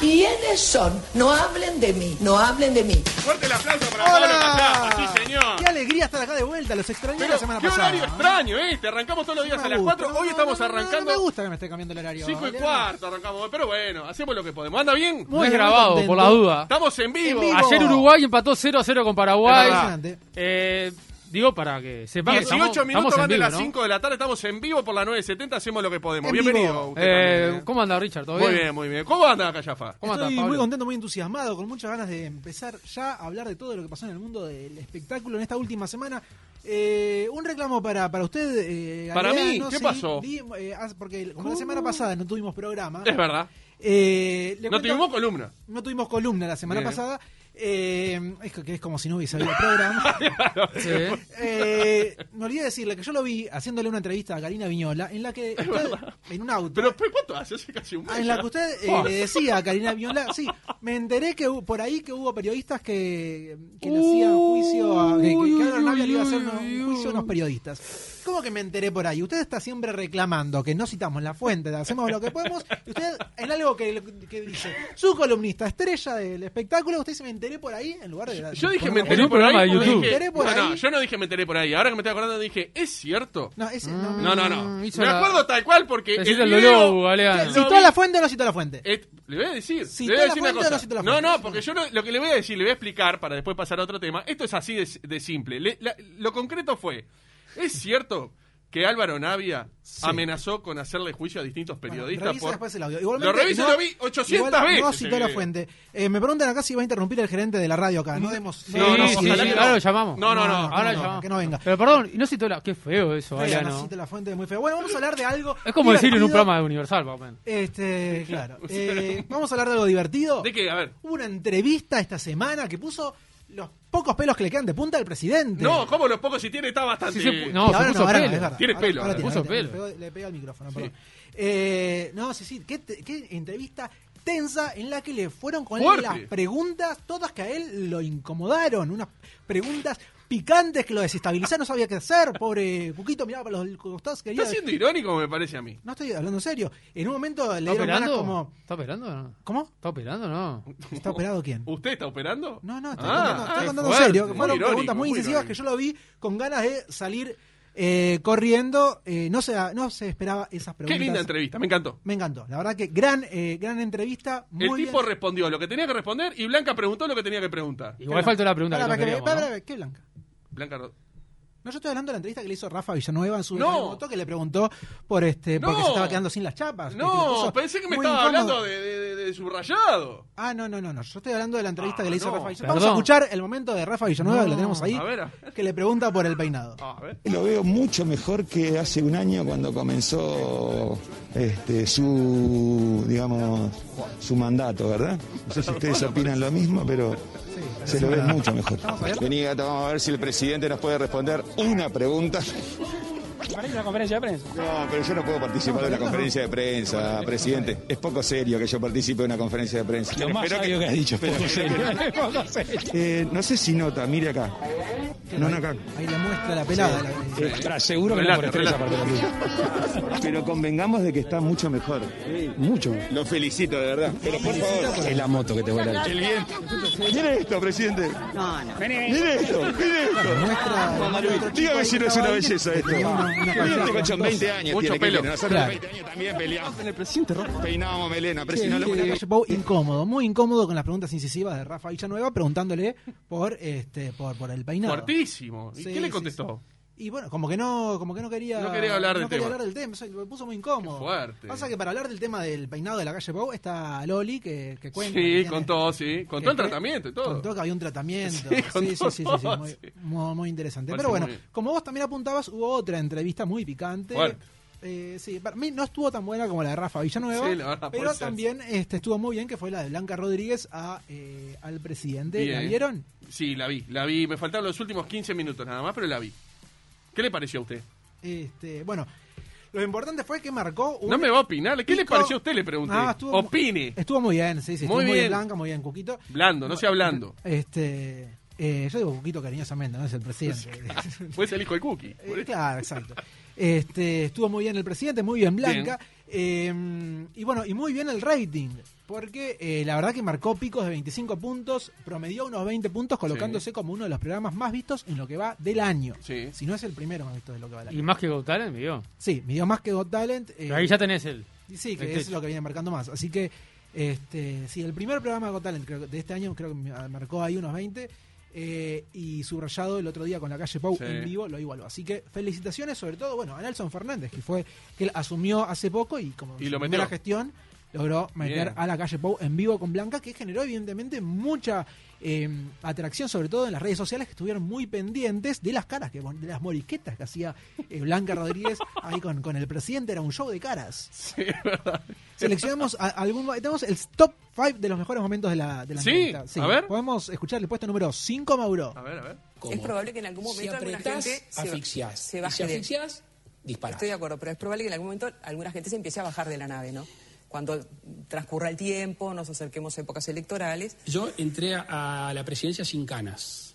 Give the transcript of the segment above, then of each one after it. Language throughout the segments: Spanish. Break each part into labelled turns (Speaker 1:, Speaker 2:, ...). Speaker 1: ¿Quiénes son? No hablen de mí, no hablen de mí.
Speaker 2: Fuerte el aplauso para Pablo Callafa, sí señor.
Speaker 3: Qué alegría estar acá de vuelta, los extrañé
Speaker 2: Pero
Speaker 3: la semana
Speaker 2: qué
Speaker 3: pasada. ¿eh?
Speaker 2: horario extraño este, arrancamos todos los días
Speaker 3: No
Speaker 2: a
Speaker 3: me
Speaker 2: las
Speaker 3: gusta,
Speaker 2: 4,
Speaker 3: no,
Speaker 2: hoy
Speaker 3: no,
Speaker 2: estamos
Speaker 3: no, no,
Speaker 2: arrancando
Speaker 3: No, me gusta que me esté cambiando el horario.
Speaker 2: 5 y
Speaker 3: Valeria.
Speaker 2: cuarto arrancamos, pero bueno, hacemos lo que podemos. ¿Anda bien?
Speaker 3: Muy bien,
Speaker 4: es grabado,
Speaker 3: muy
Speaker 4: por la
Speaker 3: contento.
Speaker 4: duda.
Speaker 2: Estamos en vivo.
Speaker 3: En vivo.
Speaker 4: Ayer Uruguay empató 0 a 0 con Paraguay.
Speaker 3: Impresionante.
Speaker 4: Eh, digo, para que sepan que
Speaker 2: 18 minutos
Speaker 4: estamos, estamos en
Speaker 2: van de
Speaker 4: vivo,
Speaker 2: las
Speaker 4: ¿no?
Speaker 2: 5 de la tarde, estamos en vivo por la 970, hacemos lo que podemos.
Speaker 3: En
Speaker 2: Bienvenido.
Speaker 3: vivo.
Speaker 2: usted también,
Speaker 4: Eh,
Speaker 2: eh.
Speaker 4: ¿Cómo anda Richard? ¿Todo
Speaker 2: Muy bien, muy bien. ¿Cómo anda, Callafa?
Speaker 4: ¿Cómo
Speaker 3: Estoy
Speaker 4: andás,
Speaker 3: muy
Speaker 4: Pablo?
Speaker 3: contento, muy entusiasmado, con muchas ganas de empezar ya a hablar de todo lo que pasó en el mundo del espectáculo en esta última semana. Eh, un reclamo para, para usted. eh,
Speaker 2: ¿Para
Speaker 3: Andrea,
Speaker 2: mí?
Speaker 3: no
Speaker 2: ¿Qué
Speaker 3: sé,
Speaker 2: pasó?
Speaker 3: di- eh, hace- porque como la semana pasada no tuvimos programa.
Speaker 2: Es verdad.
Speaker 3: eh, le
Speaker 2: No
Speaker 3: cuento-
Speaker 2: tuvimos columna.
Speaker 3: No tuvimos columna la semana
Speaker 2: Bien.
Speaker 3: pasada. Eh, es que que es como si no hubiese habido programa.
Speaker 4: Sí.
Speaker 3: Eh, me olvidé decirle que yo lo vi haciéndole una entrevista a Karina Viñola en la que usted, en un auto
Speaker 2: Pero, pero, ¿cuánto hace? Hace casi un mes.
Speaker 3: en la
Speaker 2: ya.
Speaker 3: que usted eh,
Speaker 2: Oh.
Speaker 3: le decía a Karina Viñola, sí, me enteré que hu- por ahí que hubo periodistas que, que le
Speaker 4: Uy,
Speaker 3: hacían juicio a que, que,
Speaker 4: uy,
Speaker 3: que Alan
Speaker 4: uy,
Speaker 3: Navia le iba a hacer
Speaker 4: uy,
Speaker 3: unos- un
Speaker 4: uy.
Speaker 3: juicio a unos periodistas. ¿Cómo que me enteré por ahí? Usted está siempre reclamando que no citamos la fuente, hacemos lo que podemos, y usted en algo que, que dice, su columnista estrella del espectáculo, usted dice me enteré por ahí en lugar de
Speaker 2: Yo dije, me
Speaker 4: En
Speaker 2: enteré
Speaker 4: un
Speaker 2: por
Speaker 4: programa
Speaker 2: ahí.
Speaker 4: de
Speaker 2: porque
Speaker 4: YouTube.
Speaker 2: dije-
Speaker 3: Me enteré por
Speaker 2: no, no,
Speaker 3: ahí. Mm,
Speaker 2: yo no dije me enteré por ahí. Ahora que me estoy acordando, dije, ¿es cierto?
Speaker 3: No, ese no me-
Speaker 2: No, no, no.
Speaker 4: Mm, hizo
Speaker 2: Me
Speaker 4: la-
Speaker 2: acuerdo tal cual porque.
Speaker 4: Te
Speaker 2: El
Speaker 4: hiciste el
Speaker 2: video,
Speaker 4: boludo, Galeano.
Speaker 2: Sí.
Speaker 3: ¿Citó a la fuente o no citó a la fuente?
Speaker 2: Eh, le voy a decir,
Speaker 3: Si
Speaker 2: le voy
Speaker 3: te
Speaker 2: a
Speaker 3: la
Speaker 2: decir una
Speaker 3: fuente o
Speaker 2: cosa.
Speaker 3: no, si te la
Speaker 2: No,
Speaker 3: fuente.
Speaker 2: no, porque yo lo, lo que le voy a decir, le voy a explicar para después pasar a otro tema. Esto es así de, de simple. Le- la- lo concreto fue, ¿es cierto que Álvaro Navia amenazó con hacerle juicio a distintos
Speaker 3: Bueno,
Speaker 2: periodistas
Speaker 3: revisa
Speaker 2: por
Speaker 3: después el audio. Igualmente,
Speaker 2: Lo reviso, lo vi 800
Speaker 3: igual No
Speaker 2: veces
Speaker 3: citó
Speaker 2: el
Speaker 3: la
Speaker 2: video.
Speaker 3: fuente. Eh, me preguntan acá si va a interrumpir el gerente de la radio acá. No demos.
Speaker 4: Sí,
Speaker 2: No, no,
Speaker 4: sí,
Speaker 2: ojalá
Speaker 4: sí,
Speaker 2: que no.
Speaker 4: ahora lo llamamos.
Speaker 2: No, no, no,
Speaker 3: no,
Speaker 4: Ahora lo
Speaker 3: no,
Speaker 4: llamamos.
Speaker 3: que no venga.
Speaker 4: Pero perdón, y no citó la... Qué feo eso,
Speaker 3: Fea,
Speaker 4: Galeano.
Speaker 3: no cite la fuente, muy feo. Bueno, vamos a hablar de algo.
Speaker 4: Es como decir en un
Speaker 3: divertido.
Speaker 4: programa de Universal, más o menos.
Speaker 3: Este, claro. Eh, vamos a hablar de algo divertido.
Speaker 2: ¿De qué? A ver.
Speaker 3: Hubo una entrevista esta semana que puso los pocos pelos que le quedan de punta al presidente.
Speaker 2: No, como los pocos si tiene está bastante.
Speaker 4: Sí, se- no.
Speaker 3: Y ahora
Speaker 4: se puso
Speaker 3: ahora
Speaker 4: pelo.
Speaker 3: es verdad.
Speaker 2: Tiene
Speaker 3: Ahora-
Speaker 2: pelo,
Speaker 3: ahora
Speaker 2: ahora
Speaker 3: tiene,
Speaker 4: puso
Speaker 3: ahora tiene.
Speaker 4: pelo.
Speaker 3: Le pegó- Le pega el micrófono,
Speaker 2: Sí.
Speaker 3: perdón. Eh, no, sí, sí. Qué, te- qué entrevista tensa en la que le fueron con él
Speaker 2: Fuerte.
Speaker 3: las preguntas, todas que a él lo incomodaron. Unas preguntas picantes que lo desestabilizaron, no sabía qué hacer. Pobre Cuquito miraba para los costados. Quería...
Speaker 2: Está siendo irónico, me parece a mí.
Speaker 3: No estoy hablando en serio. En un momento le
Speaker 4: ¿Está
Speaker 3: dieron ganas
Speaker 4: operando?
Speaker 3: como.
Speaker 4: ¿Está operando o no?
Speaker 3: ¿Cómo?
Speaker 4: ¿Está operando o no?
Speaker 3: ¿Está operado quién?
Speaker 2: ¿Usted está operando?
Speaker 3: No, no, estoy
Speaker 2: Ah,
Speaker 3: contando, estoy
Speaker 2: qué
Speaker 3: contando
Speaker 2: fuerte,
Speaker 3: en serio. que
Speaker 2: muy
Speaker 3: Fueron
Speaker 2: irónico,
Speaker 3: preguntas muy incisivas que
Speaker 2: irónico.
Speaker 3: yo lo vi con ganas de salir eh, corriendo. Eh, no, se, no se esperaba esas preguntas.
Speaker 2: Qué linda entrevista, me encantó.
Speaker 3: Me encantó. La verdad que gran, eh, gran entrevista. Muy
Speaker 2: el tipo
Speaker 3: bien.
Speaker 2: respondió lo que tenía que responder y Blanca preguntó lo que tenía que preguntar.
Speaker 4: Igual faltó la pregunta
Speaker 3: Pará,
Speaker 4: que no
Speaker 3: pará, que-
Speaker 4: queríamos,
Speaker 3: pará,
Speaker 4: ¿no?
Speaker 3: pará, ¿Qué blanca?
Speaker 2: Blanca Ro-
Speaker 3: No, yo estoy hablando de la entrevista que le hizo Rafa Villanueva en su
Speaker 2: No.
Speaker 3: viaje en moto, que le preguntó por este
Speaker 2: No.
Speaker 3: porque se estaba quedando sin las chapas. que- que le
Speaker 2: No,
Speaker 3: puso
Speaker 2: pensé que me
Speaker 3: muy
Speaker 2: estaba
Speaker 3: incómodo.
Speaker 2: hablando de, de- de- de subrayado.
Speaker 3: Ah, no, no, no, no. Yo estoy hablando de la
Speaker 2: Ah,
Speaker 3: entrevista que le hizo
Speaker 2: no.
Speaker 3: Rafa Villanueva. Vamos a
Speaker 4: Perdón.
Speaker 3: escuchar el momento de Rafa Villanueva que lo tenemos ahí,
Speaker 2: A ver, Ah, a
Speaker 3: que le pregunta por el peinado.
Speaker 2: A ver.
Speaker 5: Lo veo mucho mejor que hace un año cuando comenzó este, su, digamos, su mandato, ¿verdad? No sé si ustedes opinan lo mismo, pero se lo ve mucho mejor. Vení, Gata, vamos a ver si el presidente nos puede responder una pregunta. No, pero yo no puedo participar de una conferencia de prensa, presidente. Es poco serio que yo participe de una conferencia de prensa. Lo más serio que, has dicho, poco serio. Eh, no sé si nota, mire acá. No, no, acá.
Speaker 3: Ahí le muestra la pelada. la-
Speaker 2: Seguro que
Speaker 5: Pero convengamos de que está mucho mejor. Mucho. Lo felicito, de verdad. Pero por favor. Es la moto que te vuela. El viento. Mire esto, presidente.
Speaker 6: No, no.
Speaker 5: Mire esto, mire esto.
Speaker 3: Muestra- muestra-
Speaker 5: Ah, Dígame si no es una belleza esto.
Speaker 3: Tenía una- una
Speaker 5: Mire este
Speaker 3: cabeza-
Speaker 5: coche, 20 años
Speaker 2: Mucho
Speaker 5: tiene, ¿qué
Speaker 2: pelo.
Speaker 5: tiene? Nosotros
Speaker 3: Claro.
Speaker 5: 20 años también peleamos. En el presidente, Peinábamos melena, pero si no lo
Speaker 3: Calle Pou incómodo, muy incómodo con las preguntas incisivas de Rafa Villanueva preguntándole por este por, por el peinado.
Speaker 2: Fuertísimo. ¿Y
Speaker 3: Sí,
Speaker 2: qué le
Speaker 3: sí,
Speaker 2: contestó?
Speaker 3: sí. Y bueno, como que no, como que no quería,
Speaker 2: No quería hablar del
Speaker 3: quería
Speaker 2: tema.
Speaker 3: hablar del tema, se lo puso muy incómodo.
Speaker 2: Qué fuerte.
Speaker 3: Pasa que para hablar del tema del peinado de la calle Pou está Loli que, que cuenta. Eh, que
Speaker 2: Sí,
Speaker 3: tiene-
Speaker 2: contó, sí.
Speaker 3: que
Speaker 2: Contó el
Speaker 3: fue-
Speaker 2: tratamiento y todo.
Speaker 3: Contó que había un tratamiento.
Speaker 2: Sí,
Speaker 3: Sí, sí,
Speaker 2: contó
Speaker 3: sí, sí,
Speaker 2: todo,
Speaker 3: sí, muy,
Speaker 2: sí.
Speaker 3: muy, muy interesante.
Speaker 2: Parece
Speaker 3: Pero bueno,
Speaker 2: muy bien.
Speaker 3: como vos también apuntabas, hubo otra entrevista muy picante.
Speaker 2: Fuerte.
Speaker 3: eh, sí, para mí no estuvo tan buena como la de Rafa Villanueva,
Speaker 2: Sí, la verdad,
Speaker 3: pero
Speaker 2: puede ser.
Speaker 3: también este, estuvo muy bien que fue la de Blanca Rodríguez a, eh, al presidente. ¿La
Speaker 2: Bien.
Speaker 3: vieron?
Speaker 2: Sí, la vi, la vi. Me faltaron los últimos 15 minutos nada más, pero la vi. ¿Qué le pareció a usted?
Speaker 3: Este, bueno, lo importante fue que marcó un
Speaker 2: No me va a opinar. ¿Qué le
Speaker 3: pico-
Speaker 2: pareció a usted? Le pregunté.
Speaker 3: Ah, estuvo-
Speaker 2: Opine.
Speaker 3: Estuvo muy bien, sí, sí, estuvo
Speaker 2: Muy
Speaker 3: muy, bien.
Speaker 2: bien.
Speaker 3: Blanca, muy bien Cuquito.
Speaker 2: Blando, no sea blando.
Speaker 3: Este, eh, yo digo Cuquito cariñosamente, no es el presidente.
Speaker 2: Pues el hijo del cookie.
Speaker 3: Eh, claro, exacto. Este, estuvo muy bien el presidente, muy bien Blanca. eh, y bueno, y muy bien el rating. Porque eh, la verdad que marcó picos de 25 puntos, promedió unos 20 puntos, colocándose como uno de los programas más vistos en lo que va del año.
Speaker 2: Sí.
Speaker 3: Si no es el primero más visto de lo que va del año.
Speaker 4: Y más que Got Talent, me dio.
Speaker 3: Sí, midió más que Got Talent. eh,
Speaker 4: Pero ahí ya tenés el.
Speaker 3: y Sí,
Speaker 4: el
Speaker 3: que es
Speaker 4: techo.
Speaker 3: lo que viene marcando más. Así que, este, sí, el primer programa de Got Talent creo que de este año creo que me- marcó ahí unos 20. eh, y subrayado el otro día con la calle Pau
Speaker 2: Sí.
Speaker 3: en vivo lo igualó. Así que felicitaciones, sobre todo, bueno, a Nelson Fernández, que fue, que él asumió hace poco y como
Speaker 2: Y lo
Speaker 3: su primera
Speaker 2: metió.
Speaker 3: gestión logró meter
Speaker 2: Bien.
Speaker 3: a la calle Pau en vivo con Blanca, que generó evidentemente mucha eh, atracción, sobre todo en las redes sociales, que estuvieron muy pendientes de las caras, que, pon- de las morisquetas que hacía eh, Blanca Rodríguez ahí con, con el presidente, era un show de caras.
Speaker 2: Sí, es verdad.
Speaker 3: Seleccionamos a- algún. Tenemos el top 5 de los mejores momentos de la, de la
Speaker 2: Sí,
Speaker 3: entrevista.
Speaker 2: a ver.
Speaker 3: Podemos escuchar el puesto número 5, Mauro.
Speaker 2: A ver, a ver.
Speaker 7: ¿Cómo?
Speaker 8: Es probable que en algún
Speaker 7: Si
Speaker 8: momento alguna
Speaker 7: apretás,
Speaker 8: gente se-
Speaker 7: asfixiás.
Speaker 8: se
Speaker 7: Y
Speaker 8: baje
Speaker 7: si
Speaker 8: de-
Speaker 7: asfixiás, disparás.
Speaker 8: Estoy de acuerdo, pero es probable que en algún momento alguna gente se empiece a bajar de la nave, ¿no? Cuando transcurra el tiempo, nos acerquemos a épocas electorales.
Speaker 9: Yo entré a, a la presidencia sin canas.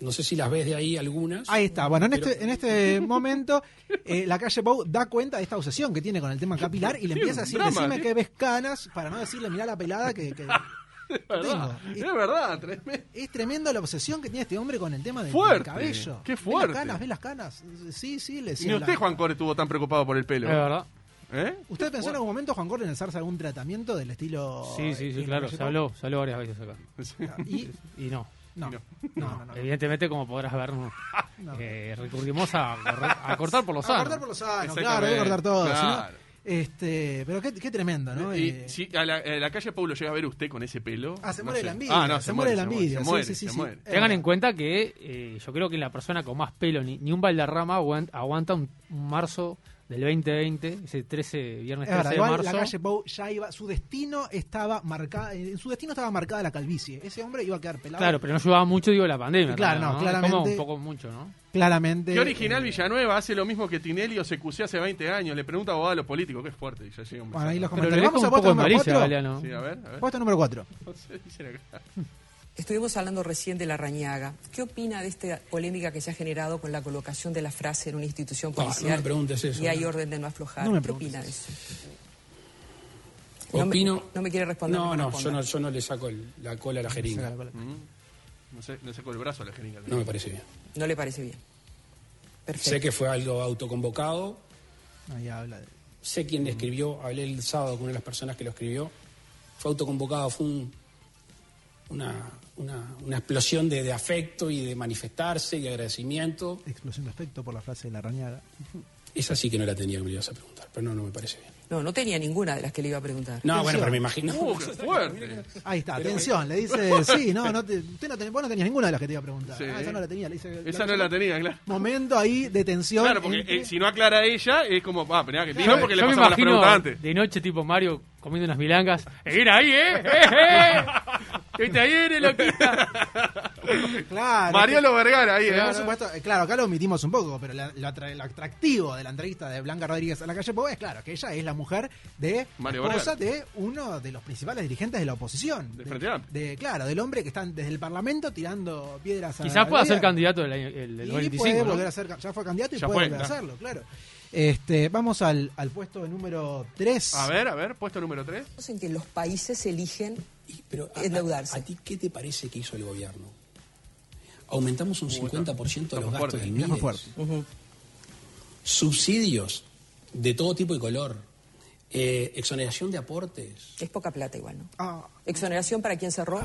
Speaker 9: No sé si las ves de ahí algunas.
Speaker 3: Ahí está. Bueno, en
Speaker 9: Pero-
Speaker 3: este, en este momento, eh, la calle Pau da cuenta de esta obsesión que tiene con el tema capilar y le
Speaker 2: Sí,
Speaker 3: empieza
Speaker 2: un
Speaker 3: a decir:
Speaker 2: drama, ¿eh?
Speaker 3: Decime
Speaker 2: ¿sí?
Speaker 3: que ves canas, para no decirle, mirá la pelada que. que-
Speaker 2: Es verdad.
Speaker 3: Tengo.
Speaker 2: Es verdad, tremendo.
Speaker 3: Es tremenda la obsesión que tiene este hombre con el tema del, del
Speaker 2: Fuerte,
Speaker 3: cabello.
Speaker 2: qué
Speaker 3: ¿Ves
Speaker 2: fuerte.
Speaker 3: las canas? ¿Ves las canas? Sí, sí, le
Speaker 2: Ni
Speaker 3: decía
Speaker 2: usted,
Speaker 3: la-
Speaker 2: Juan Core, estuvo tan preocupado por el pelo.
Speaker 4: Es verdad.
Speaker 2: ¿Eh?
Speaker 3: ¿Usted pensó en algún momento, Juan Corre, en hacerse algún tratamiento del estilo.
Speaker 4: Sí, sí,
Speaker 3: eh,
Speaker 4: sí, claro.
Speaker 3: Calle
Speaker 4: Se
Speaker 3: Pau?
Speaker 4: habló, se habló varias veces acá.
Speaker 3: Y.
Speaker 4: Y no.
Speaker 3: No, no, no. no, no.
Speaker 4: Evidentemente, como podrás ver, no.
Speaker 3: No.
Speaker 4: Eh, recurrimos a, correr- a cortar por los
Speaker 3: A
Speaker 4: años.
Speaker 3: cortar Ah, por los sanos, claro,
Speaker 2: Exactamente.
Speaker 3: hay que cortar todo. si no,
Speaker 2: Claro.
Speaker 3: este, pero qué, qué tremendo, ¿no?
Speaker 2: Y
Speaker 3: Eh,
Speaker 2: si a la, a la calle Pau lo llega a ver usted con ese pelo.
Speaker 3: Ah, se
Speaker 2: no
Speaker 3: muere
Speaker 2: sé.
Speaker 3: la envidia,
Speaker 2: Ah, no,
Speaker 3: se muere la envidia,
Speaker 2: Se
Speaker 3: sí,
Speaker 2: muere,
Speaker 3: sí, sí,
Speaker 2: se
Speaker 3: sí.
Speaker 2: muere.
Speaker 4: Tengan en cuenta que eh, yo creo que la persona con más pelo, ni, ni un baldarrama, aguant- aguanta un, un marzo del 2020, ese 13, viernes
Speaker 3: es
Speaker 4: 13
Speaker 3: verdad,
Speaker 4: de
Speaker 3: igual
Speaker 4: marzo.
Speaker 3: la calle Pou ya iba, su destino estaba marcada, en su destino estaba marcada la calvicie. Ese hombre iba a quedar pelado.
Speaker 4: Claro, pero no ayudaba mucho, digo, la pandemia.
Speaker 3: Sí, claro,
Speaker 4: también,
Speaker 3: no,
Speaker 4: Es Como
Speaker 3: claramente.
Speaker 4: un poco mucho, ¿no?
Speaker 3: Claramente.
Speaker 2: Qué original
Speaker 3: eh,
Speaker 2: Villanueva hace lo mismo que Tinelli o CQC hace 20 años. Le pregunta a abogado a los políticos. Qué fuerte. y ya llega un
Speaker 3: Bueno,
Speaker 2: mensaje.
Speaker 3: ahí los
Speaker 4: Pero le
Speaker 3: comentarios. Vamos
Speaker 4: dejo un
Speaker 3: a puesto
Speaker 4: poco de
Speaker 3: número
Speaker 4: malicia,
Speaker 3: 4.
Speaker 4: Galeano.
Speaker 2: Sí, a ver, a ver.
Speaker 3: Puesto número 4.
Speaker 2: No sé, dicen acá.
Speaker 8: Estuvimos hablando recién de la rañaga. ¿Qué opina de esta polémica que se ha generado con la colocación de la frase en una institución
Speaker 9: Ah, no me
Speaker 8: policial?
Speaker 9: preguntes eso,
Speaker 8: Y hay
Speaker 9: ¿no?
Speaker 8: orden de no aflojar.
Speaker 3: No me
Speaker 8: ¿Qué
Speaker 3: preguntes
Speaker 8: opina de eso? No me-
Speaker 9: Opino.
Speaker 8: No me, quiere responder.
Speaker 9: No,
Speaker 8: me
Speaker 9: no, yo
Speaker 8: responda.
Speaker 9: no, yo no le saco el- la cola a la jeringa.
Speaker 2: No sé, no sé con el brazo a la jeringa.
Speaker 9: No me parece bien.
Speaker 8: No le parece bien. Perfecto.
Speaker 9: Sé que fue algo autoconvocado.
Speaker 3: Ahí habla de-
Speaker 9: Sé quién le escribió. Hablé el sábado con una de las personas que lo escribió. Fue autoconvocado, fue un- una, una- una explosión de, de afecto y de manifestarse y de agradecimiento.
Speaker 3: Explosión de aspecto por la frase de la rañada.
Speaker 9: Esa sí que no la tenía que me ibas a preguntar, pero no, no me parece bien.
Speaker 8: No, no tenía ninguna de las que le iba a preguntar.
Speaker 9: No, bueno, pero me imagino.
Speaker 2: Uh, qué fuerte.
Speaker 3: Ahí está,
Speaker 2: eh,
Speaker 3: atención, le dice, sí, no, no te, usted no ten- vos no tenías ninguna de las que te iba a preguntar.
Speaker 2: Sí.
Speaker 3: Ah, esa no la tenía, le dice.
Speaker 2: Esa no la tenía, claro.
Speaker 3: Momento ahí de tensión.
Speaker 2: Claro, porque
Speaker 3: entre-
Speaker 2: eh, si no aclara ella, es como, ah, pero que
Speaker 4: Yo-
Speaker 2: dijo porque le
Speaker 4: yo me
Speaker 2: pasaba la
Speaker 4: imagino
Speaker 2: pregunta antes.
Speaker 4: de noche, tipo Mario, comiendo unas milangas. ¡Eh, ¡Era ahí, eh! ¡Eh, eh! ¡Viste ahí, eres loquita!
Speaker 3: Claro. este,
Speaker 2: Mariano Vergara ahí,
Speaker 3: Pero,
Speaker 2: ¿eh?
Speaker 3: por supuesto, eh, claro, acá lo omitimos un poco, pero la- lo, atra- lo atractivo de la entrevista de Blanca Rodríguez a la calle Pau es, claro, que ella es la mujer de la
Speaker 2: Mario
Speaker 3: esposa de uno de los principales dirigentes de la oposición.
Speaker 2: De Frente Amplio.
Speaker 3: de- Claro, del hombre que están desde el Parlamento tirando piedras a
Speaker 4: Quizás pueda
Speaker 3: al
Speaker 4: ser
Speaker 3: gobierno.
Speaker 4: candidato del año el, del
Speaker 3: Y
Speaker 4: 95.
Speaker 3: puede
Speaker 4: ¿no?
Speaker 3: volver a ser, ca- ya fue candidato y
Speaker 2: Ya
Speaker 3: puede
Speaker 2: fue,
Speaker 3: volver a
Speaker 2: claro.
Speaker 3: hacerlo, claro. Este, vamos al, al puesto número 3.
Speaker 2: A ver, a ver, puesto número 3.
Speaker 8: En que los países eligen
Speaker 9: Y- pero a-
Speaker 8: Endeudarse.
Speaker 9: A, a ti qué te parece que hizo el gobierno? Aumentamos un 50% de los
Speaker 2: muy fuerte,
Speaker 9: gastos del
Speaker 3: es muy
Speaker 9: MIDES.
Speaker 3: fuerte.
Speaker 9: Subsidios de todo tipo y color. Eh, exoneración de aportes.
Speaker 8: Es poca plata igual, ¿no?
Speaker 3: Ah,
Speaker 8: Exoneración para quien cerró.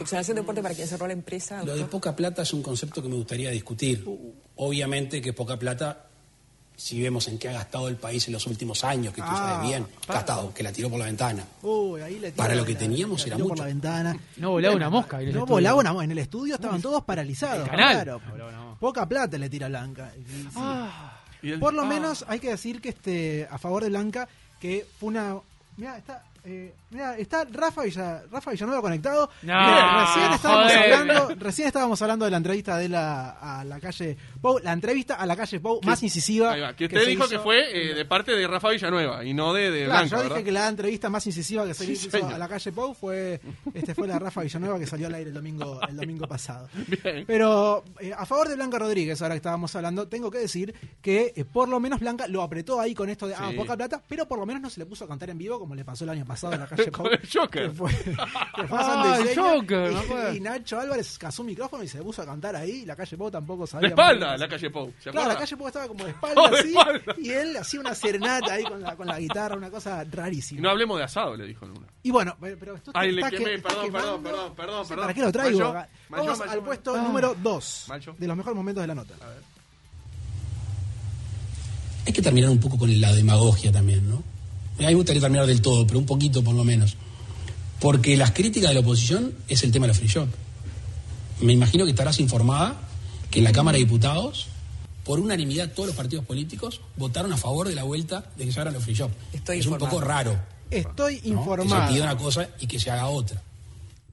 Speaker 8: Exoneración de deporte para quien cerró la empresa.
Speaker 9: Lo de poca plata es un concepto que me gustaría discutir. Obviamente que poca plata, si vemos en qué ha gastado el país en los últimos años, que tú
Speaker 3: Ah,
Speaker 9: sabes bien, gastado, que la tiró por la ventana.
Speaker 3: uy, ahí le
Speaker 9: Para
Speaker 3: tira
Speaker 9: lo que
Speaker 3: la-
Speaker 9: teníamos
Speaker 3: la
Speaker 9: era
Speaker 3: tiró por
Speaker 9: mucho.
Speaker 3: la ventana.
Speaker 4: No volaba una mosca. en el
Speaker 3: No
Speaker 4: estudio.
Speaker 3: volaba una mosca. En el estudio estaban todos paralizados.
Speaker 4: el canal.
Speaker 3: claro.
Speaker 4: No volaba una mosca.
Speaker 3: Poca plata le tira Blanca. Y sí.
Speaker 2: Y el-
Speaker 3: Por lo
Speaker 2: ah.
Speaker 3: menos hay que decir que este a favor de Blanca que fue una mira está eh, mirá, está Rafa, Villa, Rafa Villanueva conectado.
Speaker 4: No,
Speaker 3: Mirá, recién, estábamos
Speaker 4: joder.
Speaker 3: hablando, recién estábamos hablando de la entrevista de la, a la calle Pou, la entrevista a la calle Pou más incisiva.
Speaker 2: Ahí va, que
Speaker 3: que
Speaker 2: usted
Speaker 3: se
Speaker 2: dijo
Speaker 3: hizo.
Speaker 2: que fue eh, de parte de Rafa Villanueva y no de, de
Speaker 3: Claro,
Speaker 2: Blanca,
Speaker 3: yo dije
Speaker 2: ¿verdad?
Speaker 3: que la entrevista más incisiva que se
Speaker 2: Sí,
Speaker 3: hizo
Speaker 2: señor.
Speaker 3: a la calle Pou fue este fue la Rafa Villanueva que salió al aire el domingo el domingo pasado.
Speaker 2: Bien.
Speaker 3: Pero eh, a favor de Blanca Rodríguez, ahora que estábamos hablando, tengo que decir que eh, por lo menos Blanca lo apretó ahí con esto de ah,
Speaker 2: Sí.
Speaker 3: poca plata, pero por lo menos no se le puso a cantar en vivo como le pasó el año pasado en la calle Pou.
Speaker 2: Con el Joker.
Speaker 3: que fue- que fue
Speaker 4: Ah,
Speaker 3: Sandy
Speaker 4: el
Speaker 3: Seña,
Speaker 4: Joker,
Speaker 3: y-
Speaker 4: me acuerdo.
Speaker 3: Y, Nacho Álvarez cazó un micrófono y se le puso a cantar ahí. y La calle Pou tampoco sabía.
Speaker 2: De espalda,
Speaker 3: moverse.
Speaker 2: la calle Pou. ¿se
Speaker 3: Claro,
Speaker 2: acuerda?
Speaker 3: la calle Pou estaba como de espalda,
Speaker 2: Oh, de
Speaker 3: así,
Speaker 2: espalda.
Speaker 3: y él hacía una serenata ahí con la, con la guitarra, una cosa
Speaker 2: Y
Speaker 3: rarísima.
Speaker 2: no hablemos de asado, le dijo en una.
Speaker 3: Y bueno, pero pero esto
Speaker 2: Ay, le
Speaker 3: está que-
Speaker 2: quemé,
Speaker 3: está
Speaker 2: perdón, perdón,
Speaker 3: quemando.
Speaker 2: perdón, perdón, perdón.
Speaker 3: ¿Para qué lo traigo?
Speaker 2: Mayo,
Speaker 3: acá?
Speaker 2: Mayo,
Speaker 3: Vamos
Speaker 2: Mayo,
Speaker 3: al
Speaker 2: Mayo.
Speaker 3: puesto
Speaker 2: Ah.
Speaker 3: número 2
Speaker 2: Mayo.
Speaker 3: de los mejores momentos de la nota.
Speaker 9: Hay que terminar un poco con la demagogia también, ¿no? A mí me gustaría terminar del todo, pero un poquito por lo menos. Porque las críticas de la oposición es el tema de los free shop. Me imagino que estarás informada que en la Cámara de Diputados, por unanimidad, todos los partidos políticos votaron a favor de la vuelta de que se abran los free shop.
Speaker 8: Estoy
Speaker 9: es
Speaker 8: informada.
Speaker 9: un poco raro
Speaker 3: Estoy
Speaker 9: que se pida
Speaker 3: informada.
Speaker 9: una cosa y que se haga otra.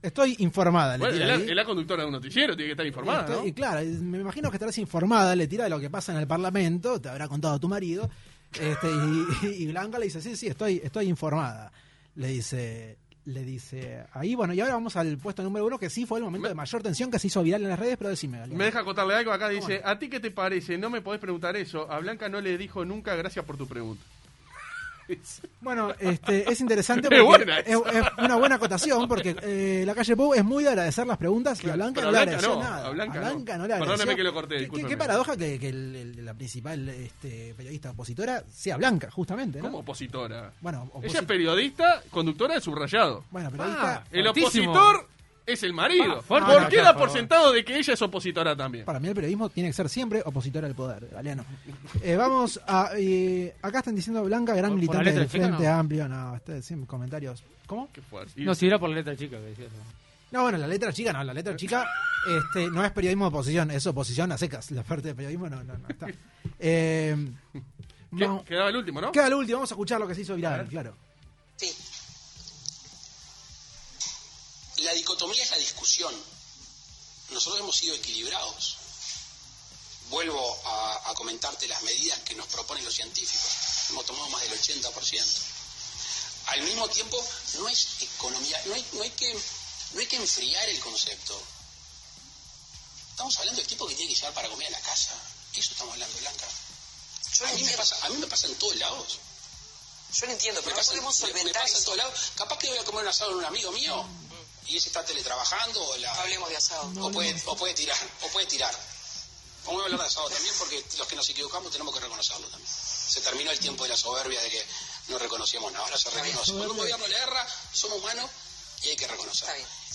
Speaker 3: Estoy informada. le
Speaker 2: Bueno, es
Speaker 3: tira
Speaker 2: la,
Speaker 3: ahí.
Speaker 2: es la conductora de un noticiero, tiene que estar informada,
Speaker 3: Estoy-
Speaker 2: ¿no?
Speaker 3: Este, y claro, me imagino que estarás informada, le tira de lo que pasa en el Parlamento, te habrá contado tu marido. Este, y, y Blanca le dice, sí, sí, estoy, estoy informada. Le dice, le dice, ahí bueno, y ahora vamos al puesto número uno, que sí fue el momento de mayor tensión que se hizo viral en las redes, pero decime, Galeano.
Speaker 2: Me deja acotarle algo acá, dice, ¿a ti qué te parece? No me podés preguntar eso. A Blanca no le dijo nunca gracias por tu pregunta.
Speaker 3: Bueno, este, es interesante
Speaker 2: Es
Speaker 3: porque
Speaker 2: buena
Speaker 3: es,
Speaker 2: esa.
Speaker 3: es una buena acotación porque eh, la calle Pou es muy de agradecer las preguntas y a Blanca
Speaker 2: pero
Speaker 3: no
Speaker 2: a
Speaker 3: le
Speaker 2: Blanca
Speaker 3: agradeció
Speaker 2: no,
Speaker 3: nada.
Speaker 2: a Blanca no.
Speaker 3: le
Speaker 2: Perdóname
Speaker 3: agradeció.
Speaker 2: que lo corté,
Speaker 3: Qué- Qué,
Speaker 2: discúlpeme.
Speaker 3: qué paradoja que, que el- el- la principal este, periodista opositora sea Blanca, justamente, ¿no?
Speaker 2: Como opositora.
Speaker 3: Bueno, oposi-
Speaker 2: Ella es Ah, periodista, conductora de subrayado.
Speaker 3: bueno, periodista,
Speaker 2: El
Speaker 4: Fuertísimo.
Speaker 2: opositor es el marido.
Speaker 4: Ah, fuerte,
Speaker 2: ¿Por
Speaker 4: no,
Speaker 2: qué
Speaker 4: por
Speaker 2: da por
Speaker 4: favor.
Speaker 2: sentado de que ella es opositora también?
Speaker 3: para mí el periodismo tiene que ser siempre opositor al poder, Galeano. Eh, vamos a... eh, acá están diciendo Blanca, gran
Speaker 4: ¿Por- por la
Speaker 3: militante
Speaker 4: letra
Speaker 3: del
Speaker 4: chica,
Speaker 3: Frente
Speaker 4: no?
Speaker 3: Amplio. No, ustedes siempre comentarios... ¿Cómo?
Speaker 2: Qué fuerte. Y-
Speaker 4: No, si era por la letra chica que decía eso.
Speaker 3: No, bueno, la letra chica no, la letra chica este, no es periodismo de oposición, es oposición a secas. La parte de periodismo no, no, no está. Eh,
Speaker 2: ¿Qué-
Speaker 3: no.
Speaker 2: Quedaba el último, ¿no?
Speaker 3: Queda el último, vamos a escuchar lo que se hizo
Speaker 2: A
Speaker 3: viral,
Speaker 2: ver.
Speaker 3: claro.
Speaker 10: Sí. La dicotomía es la discusión. Nosotros hemos sido equilibrados. Vuelvo a, a comentarte las medidas que nos proponen los científicos. Hemos tomado más del 80%. Al mismo tiempo, no es economía, no hay, no hay que, no hay que enfriar el concepto. Estamos hablando del tipo que tiene que llevar para comer a la casa. Eso estamos hablando, Blanca. A mí me pasa, a mí me pasa en todos lados. Yo no entiendo, pero podemos solventar en todos lados. Capaz que voy a comer un asado con un amigo mío y ese está teletrabajando o la... hablemos de asado. o, puede, o puede tirar, o puede tirar. O voy a hablar de asado también porque los que nos equivocamos tenemos que reconocerlo también. Se terminó el tiempo de la soberbia de que no reconocíamos nada. Ahora se reconoce. Cuando un gobierno le erra, somos humanos y hay que Este, reconocer.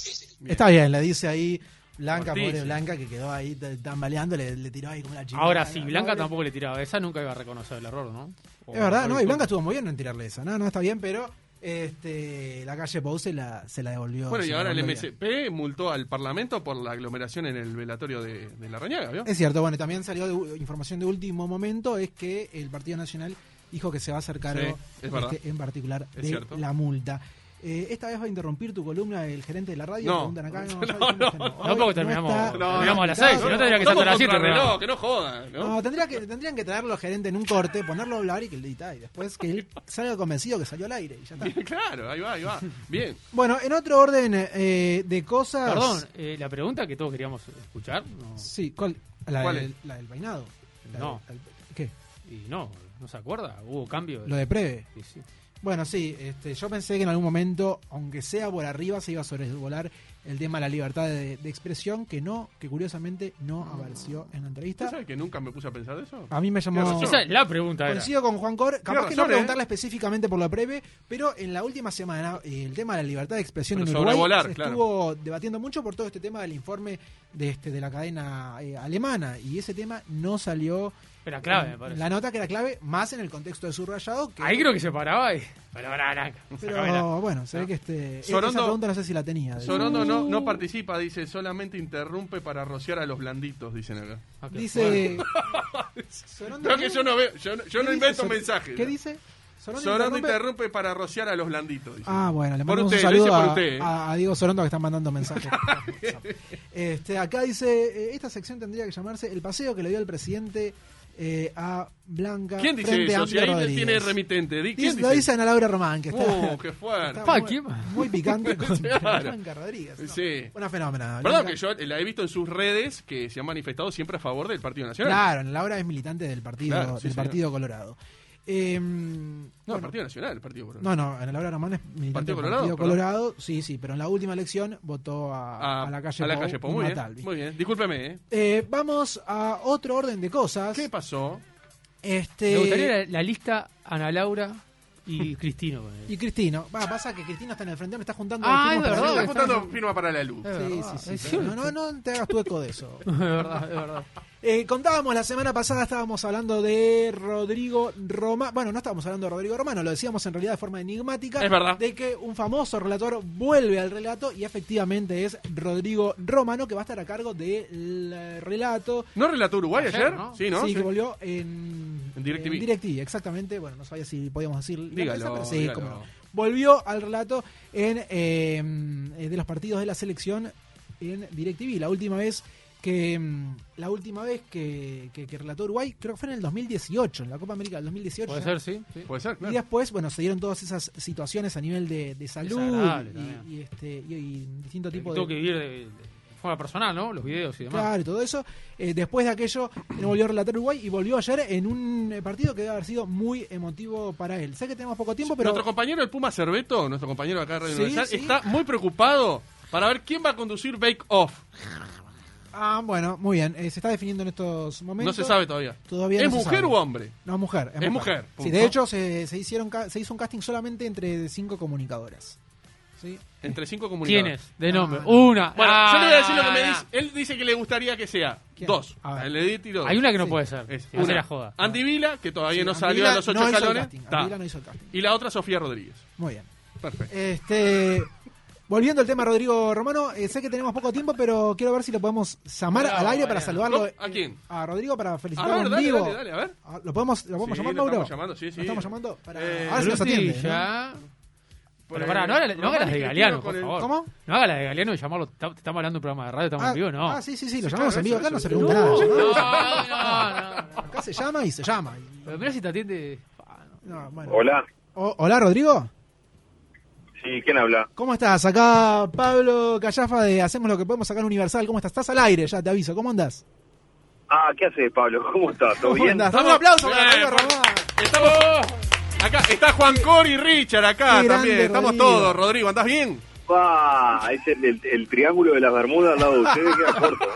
Speaker 10: Ese-
Speaker 3: Está bien, le dice ahí Blanca,
Speaker 2: Ortiz.
Speaker 3: pobre Blanca, que quedó ahí t- tambaleando, le, le tiró ahí como la chica.
Speaker 4: Ahora sí, Blanca tampoco le tiraba. Esa nunca iba a reconocer el error, ¿no? O-
Speaker 3: Es verdad, no, y
Speaker 4: o-
Speaker 3: Blanca estuvo muy bien en tirarle esa. No, no, está bien, pero este, la calle Pou se la, se la devolvió.
Speaker 2: Bueno,
Speaker 3: se
Speaker 2: y
Speaker 3: la
Speaker 2: ahora el
Speaker 3: devolvió bien.
Speaker 2: MSP multó al Parlamento por la aglomeración en el velatorio de, de la Rañaga, ¿vio?
Speaker 3: Es cierto, bueno, también salió de u- información de último momento, es que el Partido Nacional dijo que se va a hacer cargo
Speaker 2: es verdad.
Speaker 3: este, en particular
Speaker 2: Es
Speaker 3: de
Speaker 2: cierto.
Speaker 3: la multa. Eh, esta vez va a interrumpir tu columna el gerente de la radio.
Speaker 2: No.
Speaker 3: preguntan acá,
Speaker 2: No,
Speaker 3: ya
Speaker 2: no,
Speaker 3: dijimos que
Speaker 2: no.
Speaker 4: No, porque
Speaker 3: Hoy
Speaker 4: terminamos-
Speaker 3: está-
Speaker 4: no, terminamos a las
Speaker 3: está-
Speaker 4: seis, si no tendría que ser
Speaker 2: Estamos
Speaker 4: hasta las siete, Ah,
Speaker 2: contra el
Speaker 4: Real.
Speaker 2: reloj, que no jodan, ¿no?
Speaker 3: No, tendría que, tendrían que traerlo los gerentes en un corte, ponerlo a hablar y que le edita, y después que él salga convencido que salió al aire y ya está.
Speaker 2: Bien, claro, ahí va, ahí va. Bien.
Speaker 3: Bueno, en otro orden eh, de cosas.
Speaker 4: Perdón, eh, la pregunta que todos queríamos escuchar, no,
Speaker 3: Sí, ¿cuál? La,
Speaker 2: ¿Cuál
Speaker 3: del, la del peinado. La
Speaker 4: No.
Speaker 3: del- ¿Qué?
Speaker 4: y no, no se acuerda, hubo cambio.
Speaker 3: Lo de Preve.
Speaker 4: Sí, sí.
Speaker 3: Bueno, sí, este, yo pensé que en algún momento, aunque sea por arriba, se iba a sobrevolar el tema de la libertad de, de expresión, que no, que curiosamente no apareció en la
Speaker 2: ¿Usted
Speaker 3: entrevista.
Speaker 2: sabe que nunca me puse a pensar de
Speaker 4: Ah,
Speaker 2: eso?
Speaker 3: A mí me llamó...
Speaker 2: Tiene
Speaker 4: Esa es la pregunta. Era.
Speaker 3: Coincido con Juan Cor, capaz que no
Speaker 2: razón, ¿eh?
Speaker 3: preguntarle específicamente por lo breve, pero en la última semana eh, el tema de la libertad de expresión
Speaker 2: Pero
Speaker 3: en Uruguay
Speaker 2: sobrevolar,
Speaker 3: se
Speaker 2: claro.
Speaker 3: estuvo debatiendo mucho por todo este tema del informe de, este, de la cadena eh, alemana y ese tema no salió
Speaker 4: Era clave, me parece.
Speaker 3: La nota que era clave, más en el contexto de subrayado. Que...
Speaker 4: Ahí creo que se paraba y. Pero, pará,
Speaker 3: Pero bueno, se ve que este. Esa
Speaker 2: Sorondo-
Speaker 3: pregunta no sé si la tenía.
Speaker 2: Sorondo no, no participa, dice, solamente interrumpe para rociar a los blanditos, dicen acá.
Speaker 3: Dice.
Speaker 2: No, que yo no veo, yo, no- yo
Speaker 3: ¿Qué
Speaker 2: no
Speaker 3: dice
Speaker 2: invento
Speaker 3: Sor-
Speaker 2: mensajes.
Speaker 3: ¿Qué dice? Sorondo
Speaker 2: Sorondo
Speaker 3: interrumpe-
Speaker 2: interrumpe para rociar a los blanditos. dice.
Speaker 3: Ah, bueno, le
Speaker 2: Por
Speaker 3: mandamos
Speaker 2: usted,
Speaker 3: un
Speaker 2: lo dice
Speaker 3: saludo
Speaker 2: por
Speaker 3: a,
Speaker 2: usted.
Speaker 3: a- a Diego Sorondo que está mandando mensajes. este, acá dice, eh, esta sección tendría que llamarse El paseo que le dio el presidente eh, a Blanca
Speaker 2: ¿Quién dice
Speaker 3: frente a
Speaker 2: eso? Si
Speaker 3: Amplia
Speaker 2: ahí
Speaker 3: Rodríguez.
Speaker 2: tiene remitente. Di- ¿Quién
Speaker 3: Dice- Lo dice Ana Laura Román, que está,
Speaker 2: Uh, qué fuerte.
Speaker 3: está muy, muy picante con
Speaker 2: Claro.
Speaker 3: Blanca Rodríguez. ¿no?
Speaker 2: Sí.
Speaker 3: Una fenómena.
Speaker 2: Perdón,
Speaker 3: Blanca-
Speaker 2: que yo la he visto en sus redes que se han manifestado siempre a favor del Partido Nacional.
Speaker 3: Claro, Ana Laura es militante del Partido,
Speaker 2: Claro, sí,
Speaker 3: del
Speaker 2: señor.
Speaker 3: partido Colorado. Eh,
Speaker 2: No,
Speaker 3: bueno,
Speaker 2: el Partido Nacional, el Partido Colorado.
Speaker 3: No, no, Ana Laura Román es militante
Speaker 2: Partido
Speaker 3: del
Speaker 2: Colorado,
Speaker 3: Partido
Speaker 2: perdón.
Speaker 3: Colorado, sí, sí, pero en la última elección votó a,
Speaker 2: Ah,
Speaker 3: a la calle
Speaker 2: a la
Speaker 3: Pou
Speaker 2: calle Pou,
Speaker 3: y
Speaker 2: muy,
Speaker 3: Matalbi.
Speaker 2: bien, muy bien. Discúlpeme, ¿eh?
Speaker 3: Eh, vamos a otro orden de cosas. ¿Qué
Speaker 2: pasó?
Speaker 3: Este,
Speaker 4: Me gustaría la, la lista Ana Laura y Cristino. eh.
Speaker 3: Y Cristino. Va, pasa que Cristino está en el frente, me está juntando.
Speaker 4: Ah,
Speaker 3: firmas
Speaker 4: es
Speaker 3: para-
Speaker 4: verdad,
Speaker 3: me
Speaker 4: está
Speaker 3: está
Speaker 4: juntando
Speaker 3: juntando-
Speaker 2: firma para la luz.
Speaker 4: Es
Speaker 3: Sí,
Speaker 4: verdad,
Speaker 3: sí, sí,
Speaker 4: es
Speaker 3: sí.
Speaker 4: cierto.
Speaker 3: No, no, no te hagas tu eco de eso.
Speaker 4: Es verdad, es verdad.
Speaker 3: Eh, contábamos la semana pasada, estábamos hablando de Rodrigo Romano. Bueno, no estábamos hablando de Rodrigo Romano, lo decíamos en realidad de forma enigmática.
Speaker 2: Es verdad.
Speaker 3: De que un famoso relator vuelve al relato y efectivamente es Rodrigo Romano, que va a estar a cargo del eh, relato.
Speaker 2: ¿No relató Uruguay ayer? Sí, ¿no?
Speaker 3: que volvió en,
Speaker 2: En DirecTV.
Speaker 3: en DirecTV, exactamente. Bueno, no sabía si podíamos decir. la
Speaker 2: Dígalo,
Speaker 3: empresa, pero sí,
Speaker 2: dígalo.
Speaker 3: cómo no. Volvió al relato en, eh, eh, de los partidos de la selección en DirecTV. La última vez que mm, la última vez que, que- que relató Uruguay, creo que fue en el 2018, en la Copa América del 2018.
Speaker 4: Puede ser, sí. sí.
Speaker 2: Puede ser,
Speaker 3: Y
Speaker 2: claro.
Speaker 3: después, bueno, se dieron todas esas situaciones a nivel de, de salud
Speaker 4: Desagradable
Speaker 3: y,
Speaker 4: también.
Speaker 3: y este, y, y distinto tipo de,
Speaker 4: Tengo que vivir de, de forma personal, ¿no? Los videos y demás.
Speaker 3: Claro, y todo eso. Eh, después de aquello, no volvió a relatar Uruguay y volvió ayer en un eh, partido que debe haber sido muy emotivo para él. Sé que tenemos poco tiempo, pero.
Speaker 2: Nuestro compañero el Puma Cerveto, nuestro compañero acá de Radio
Speaker 3: Sí,
Speaker 2: Universal,
Speaker 3: sí.
Speaker 2: está muy preocupado para ver quién va a conducir Bake Off.
Speaker 3: Ah, bueno, muy bien. Eh, se está definiendo en estos
Speaker 2: No
Speaker 3: momentos.
Speaker 2: se sabe todavía.
Speaker 3: Todavía
Speaker 2: ¿Es
Speaker 3: no se
Speaker 2: mujer
Speaker 3: sabe.
Speaker 2: o hombre?
Speaker 3: No, mujer. Es,
Speaker 2: Es mujer,
Speaker 3: Sí,
Speaker 2: punto.
Speaker 3: de hecho, se, se hicieron ca- se hizo un casting solamente entre cinco comunicadoras. ¿Sí?
Speaker 2: Entre cinco
Speaker 4: ¿Quiénes?
Speaker 2: comunicadores.
Speaker 4: De nombre.
Speaker 3: Ah,
Speaker 4: Una.
Speaker 2: Bueno,
Speaker 4: Ah,
Speaker 2: yo le voy a decir lo que me
Speaker 4: nah.
Speaker 2: dice. Él dice que le gustaría que sea
Speaker 3: ¿Quién?
Speaker 2: dos.
Speaker 3: A ver.
Speaker 2: Le di tiro.
Speaker 4: Hay una que no puede ser.
Speaker 2: Es
Speaker 4: Esa
Speaker 2: una.
Speaker 4: era joda.
Speaker 2: Andy Vila, que todavía
Speaker 3: Sí,
Speaker 2: no salió
Speaker 3: Anvila
Speaker 2: a los ocho
Speaker 3: no hizo el
Speaker 2: escalones.
Speaker 3: casting,
Speaker 2: Está.
Speaker 3: Anvila no hizo el casting.
Speaker 2: Y la otra, Sofía Rodríguez.
Speaker 3: Muy bien.
Speaker 2: Perfecto.
Speaker 3: Este. Volviendo al tema Rodrigo Romano, eh, sé que tenemos poco tiempo, pero quiero ver si lo podemos llamar
Speaker 2: Bravo,
Speaker 3: al aire para
Speaker 2: Mariano.
Speaker 3: saludarlo eh,
Speaker 2: ¿A quién?
Speaker 3: a Rodrigo para
Speaker 2: A
Speaker 3: felicitarlo
Speaker 2: ver,
Speaker 3: en
Speaker 2: dale,
Speaker 3: vivo.
Speaker 2: dale, dale, a ver.
Speaker 3: Ah, ¿Lo podemos, lo podemos
Speaker 2: Sí,
Speaker 3: llamar,
Speaker 2: lo
Speaker 3: Mauro?
Speaker 2: estamos llamando, sí, sí.
Speaker 3: Lo estamos llamando Ah, para.
Speaker 2: Eh,
Speaker 3: a ver si nos
Speaker 4: Brutti
Speaker 3: atiende. ¿no?
Speaker 4: ya.
Speaker 2: Por
Speaker 4: Pero
Speaker 2: el-
Speaker 4: pará, no haga, la- no
Speaker 2: Román
Speaker 4: haga las
Speaker 2: y
Speaker 4: de
Speaker 2: Cristino
Speaker 4: Galeano,
Speaker 2: con
Speaker 4: por
Speaker 2: el-
Speaker 4: favor.
Speaker 3: ¿Cómo?
Speaker 4: No haga las de Galeano y llamarlo. ta- Estamos hablando de un programa de radio, estamos
Speaker 3: Ah,
Speaker 4: en vivo, no. Ah,
Speaker 3: Ah, sí, sí, sí, lo
Speaker 2: Sí,
Speaker 3: llamamos
Speaker 2: claro,
Speaker 3: en vivo.
Speaker 2: eso,
Speaker 3: Acá no
Speaker 2: eso.
Speaker 3: se pregunta nada. llamamos.
Speaker 4: No, no, no.
Speaker 3: Acá se llama y se llama. y-
Speaker 4: Pero mirá si te atiende.
Speaker 3: no, bueno.
Speaker 5: Hola,
Speaker 3: O- hola, Rodrigo.
Speaker 5: sí, ¿quién habla?
Speaker 3: ¿Cómo estás? Acá Pablo Callafa de Hacemos lo que podemos acá en Universal. ¿Cómo estás? Estás al aire, ya te aviso. ¿Cómo andás?
Speaker 5: Ah, ¿qué haces, Pablo? ¿Cómo estás? ¿Todo
Speaker 3: ¿Cómo
Speaker 5: bien?
Speaker 3: andás? Dame un aplauso para
Speaker 2: Bien,
Speaker 3: Rodrigo
Speaker 2: Juan-
Speaker 3: Román.
Speaker 2: Estamos. Acá está Juan Cori y Richard acá
Speaker 3: Qué grande,
Speaker 2: también. Estamos
Speaker 3: Rodrigo.
Speaker 2: todos, Rodrigo. ¿Andás bien?
Speaker 5: Ah, es el, el- el triángulo de las Bermudas al lado de ustedes, queda corto.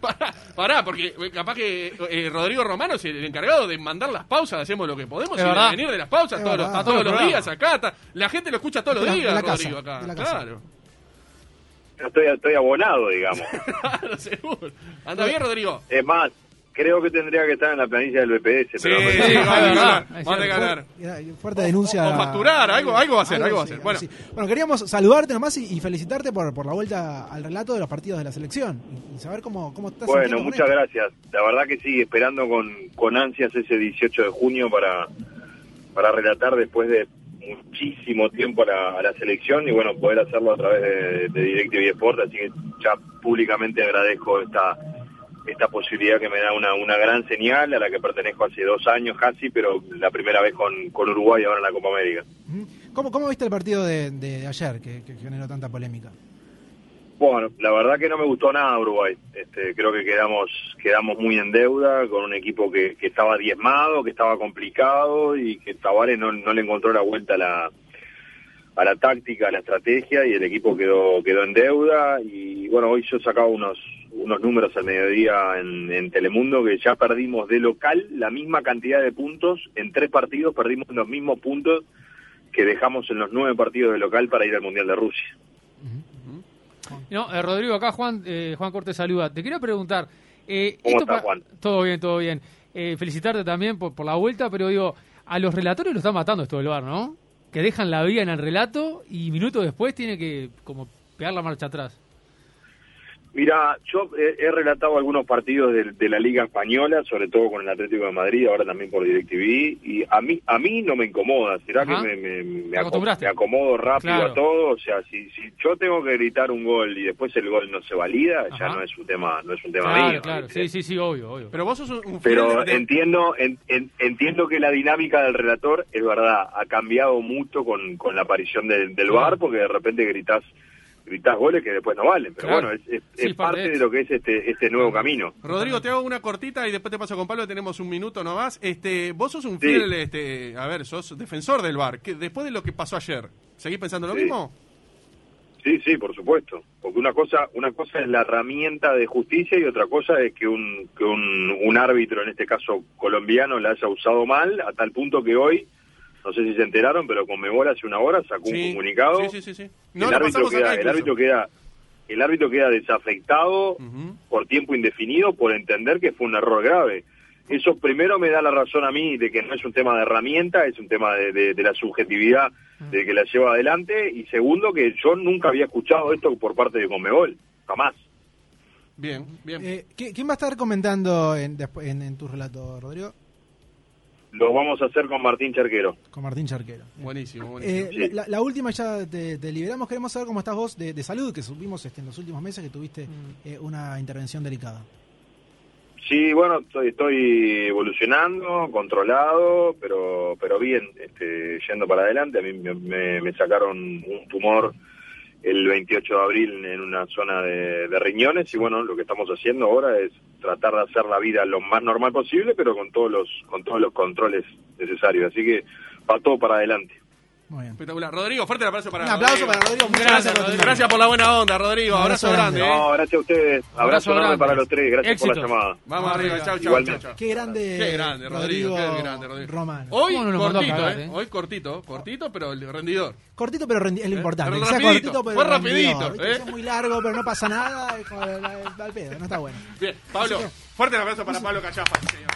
Speaker 2: Pará, porque eh, capaz que eh, Rodrigo Romano es el encargado de mandar las pausas, hacemos lo que podemos,
Speaker 4: Es
Speaker 2: y de
Speaker 4: verdad.
Speaker 2: venir de las pausas
Speaker 3: Es
Speaker 2: todos los,
Speaker 3: verdad.
Speaker 2: todos los
Speaker 4: Todo el
Speaker 2: días acá. ta- la gente lo escucha todos los
Speaker 3: De la- de
Speaker 2: días,
Speaker 3: la casa,
Speaker 2: Rodrigo, acá.
Speaker 3: de la casa.
Speaker 2: claro.
Speaker 5: Yo estoy, estoy abonado, digamos.
Speaker 2: Claro, seguro. ¿Anda bien, Rodrigo?
Speaker 5: Es más, creo que tendría que estar en la planilla del BPS.
Speaker 2: Sí,
Speaker 5: pero
Speaker 2: sí,
Speaker 5: bueno.
Speaker 2: va a ganar.
Speaker 4: es
Speaker 2: Va a
Speaker 4: cierto.
Speaker 2: ganar.
Speaker 3: Mira, Fuerte denuncia.
Speaker 2: o facturar, algo- algo va a hacer, algo va a
Speaker 3: sí,
Speaker 2: hacer. Bueno.
Speaker 3: sí. Bueno, queríamos saludarte nomás y, y felicitarte por, por la vuelta al relato de los partidos de la selección y, y saber cómo, cómo estás.
Speaker 5: Bueno,
Speaker 3: sintiendo con
Speaker 5: muchas
Speaker 3: esto.
Speaker 5: gracias. La verdad que sí, esperando con, con ansias ese 18 de junio para, para relatar después de muchísimo tiempo a la, a la selección y bueno, poder hacerlo a través de, de DirecTV Sport, así que ya públicamente agradezco esta esta posibilidad que me da una, una gran señal a la que pertenezco hace dos años casi, pero la primera vez con, con Uruguay ahora en la Copa América.
Speaker 3: ¿Mm? ¿Cómo, ¿Cómo viste el partido de, de- de ayer que, que generó tanta polémica?
Speaker 5: Bueno, la verdad que no me gustó nada Uruguay. Este, creo que quedamos quedamos muy en deuda con un equipo que, que estaba diezmado, que estaba complicado y que Tavares no, no le encontró la vuelta a la, a la táctica, a la estrategia y el equipo quedó quedó en deuda. Y bueno, hoy yo sacaba unos unos números al mediodía en, en Telemundo que ya perdimos de local la misma cantidad de puntos en tres partidos, perdimos los mismos puntos que dejamos en los nueve partidos de local para ir al Mundial de Rusia.
Speaker 4: No, eh, Rodrigo, acá Juan, eh, Juan Cortés saluda. Te quería preguntar. eh,
Speaker 5: ¿Cómo
Speaker 4: esto
Speaker 5: estás,
Speaker 4: pa-
Speaker 5: Juan?
Speaker 4: Todo bien, todo bien. eh, felicitarte también por, por la vuelta, pero digo, a los relatores lo está matando esto del bar, ¿no? Que dejan la vida en el relato y minutos después tiene que como pegar la marcha atrás.
Speaker 5: Mira, yo eh, he, he relatado algunos partidos de, de la Liga Española, sobre todo con el Atlético de Madrid, ahora también por DirecTV, y a mí a mí no me incomoda. ¿Será
Speaker 4: Ajá.
Speaker 5: que me, me- me, aco-
Speaker 4: acostumbraste.
Speaker 5: me acomodo rápido
Speaker 4: Claro.
Speaker 5: a todo? O sea, si, si yo tengo que gritar un gol y después el gol no se valida, ya no es un tema no es un tema
Speaker 4: Claro,
Speaker 5: mío.
Speaker 4: claro, sí, sí, sí, obvio, obvio.
Speaker 2: Pero vos sos un, un fiel
Speaker 5: Pero
Speaker 2: de- de-
Speaker 5: entiendo en- en- entiendo que la dinámica del relator, es verdad, ha cambiado mucho con, con la aparición del, del VAR, porque de repente gritás, gritás goles que después no valen. Pero
Speaker 2: Claro.
Speaker 5: bueno, es, es-
Speaker 2: Sí,
Speaker 5: es
Speaker 2: parte
Speaker 5: parte de lo que es este, este nuevo camino.
Speaker 2: Rodrigo, te hago una cortita y después te paso con Pablo, tenemos un minuto nomás. Este, vos sos un
Speaker 5: Sí.
Speaker 2: fiel, este, a ver, sos defensor del bar. Que después de lo que pasó ayer, ¿seguís pensando lo
Speaker 5: Sí.
Speaker 2: mismo?
Speaker 5: Sí, sí, por supuesto. Porque una cosa, una cosa es la herramienta de justicia y otra cosa es que un, que un, un árbitro, en este caso colombiano, la haya usado mal, a tal punto que hoy, no sé si se enteraron, pero Conmebol hace una hora sacó un comunicado.
Speaker 2: Sí, sí, sí, sí. No,
Speaker 5: el,
Speaker 2: lo
Speaker 5: árbitro
Speaker 2: pasamos
Speaker 5: queda,
Speaker 2: acá
Speaker 5: el
Speaker 2: incluso.
Speaker 5: árbitro queda el árbitro queda desafectado por tiempo indefinido por entender que fue un error grave. Eso primero me da la razón a mí de que no es un tema de herramienta, es un tema de, de- de la subjetividad
Speaker 2: Mm.
Speaker 5: de que la lleva adelante. Y segundo, que yo nunca había escuchado esto por parte de Conmebol, jamás.
Speaker 2: Bien, bien.
Speaker 3: Eh, ¿qui- ¿Quién va a estar comentando en, despu- en, en tu relato, Rodrigo?
Speaker 5: Lo vamos a hacer con Martín Charquero.
Speaker 3: Con Martín Charquero.
Speaker 2: Buenísimo,
Speaker 3: Eh,
Speaker 2: buenísimo.
Speaker 3: la- la, la última ya te, te liberamos. Queremos saber cómo estás vos de, de salud, que supimos este, en los últimos meses que tuviste
Speaker 2: Mm.
Speaker 3: eh, una intervención delicada.
Speaker 5: Sí, bueno, estoy, estoy evolucionando, controlado, pero pero bien, este, yendo para adelante. A mí me, me- me sacaron un tumor el 28 de abril en una zona de, de riñones y bueno, lo que estamos haciendo ahora es tratar de hacer la vida lo más normal posible, pero con todos los con todos los controles necesarios. Así que va todo para adelante.
Speaker 2: Espectacular. Rodrigo, fuerte el abrazo para
Speaker 3: Un
Speaker 2: Pues,
Speaker 3: aplauso
Speaker 2: Rodrigo.
Speaker 3: para Rodrigo. Muchas
Speaker 2: Gracias,
Speaker 3: gracias,
Speaker 2: Rodrigo.
Speaker 3: Rodrigo.
Speaker 2: Gracias por la buena onda, Rodrigo.
Speaker 3: Un
Speaker 2: Abrazo,
Speaker 3: abrazo
Speaker 2: grande. ¿eh?
Speaker 5: No, gracias a ustedes. Abrazo,
Speaker 2: Abrazo
Speaker 5: enorme
Speaker 2: grande.
Speaker 5: para los tres. Gracias por la
Speaker 2: Éxitos.
Speaker 5: llamada.
Speaker 2: Vamos arriba, chau, chau,
Speaker 5: Igualmente.
Speaker 2: chau, chau.
Speaker 3: Qué grande.
Speaker 2: Qué grande, Rodrigo, qué grande, Rodrigo.
Speaker 3: Román.
Speaker 2: Hoy
Speaker 3: ¿Cómo no lo mandó a
Speaker 2: cortito,
Speaker 3: cagar,
Speaker 2: eh?
Speaker 3: eh?
Speaker 2: Hoy cortito, cortito, pero el rendidor.
Speaker 3: Cortito, pero rendi- es lo importante.
Speaker 2: Eh, Pero
Speaker 3: que sea
Speaker 2: rapidito,
Speaker 3: cortito, pero
Speaker 2: fue
Speaker 3: rendidor,
Speaker 2: rapidito,
Speaker 3: ¿viste?
Speaker 2: ¿eh?
Speaker 3: Que sea muy largo, pero no pasa nada. es como la- la- Al pedo, no está bueno.
Speaker 2: Bien, Pablo, fuerte el abrazo para Pablo Cachafa, señor.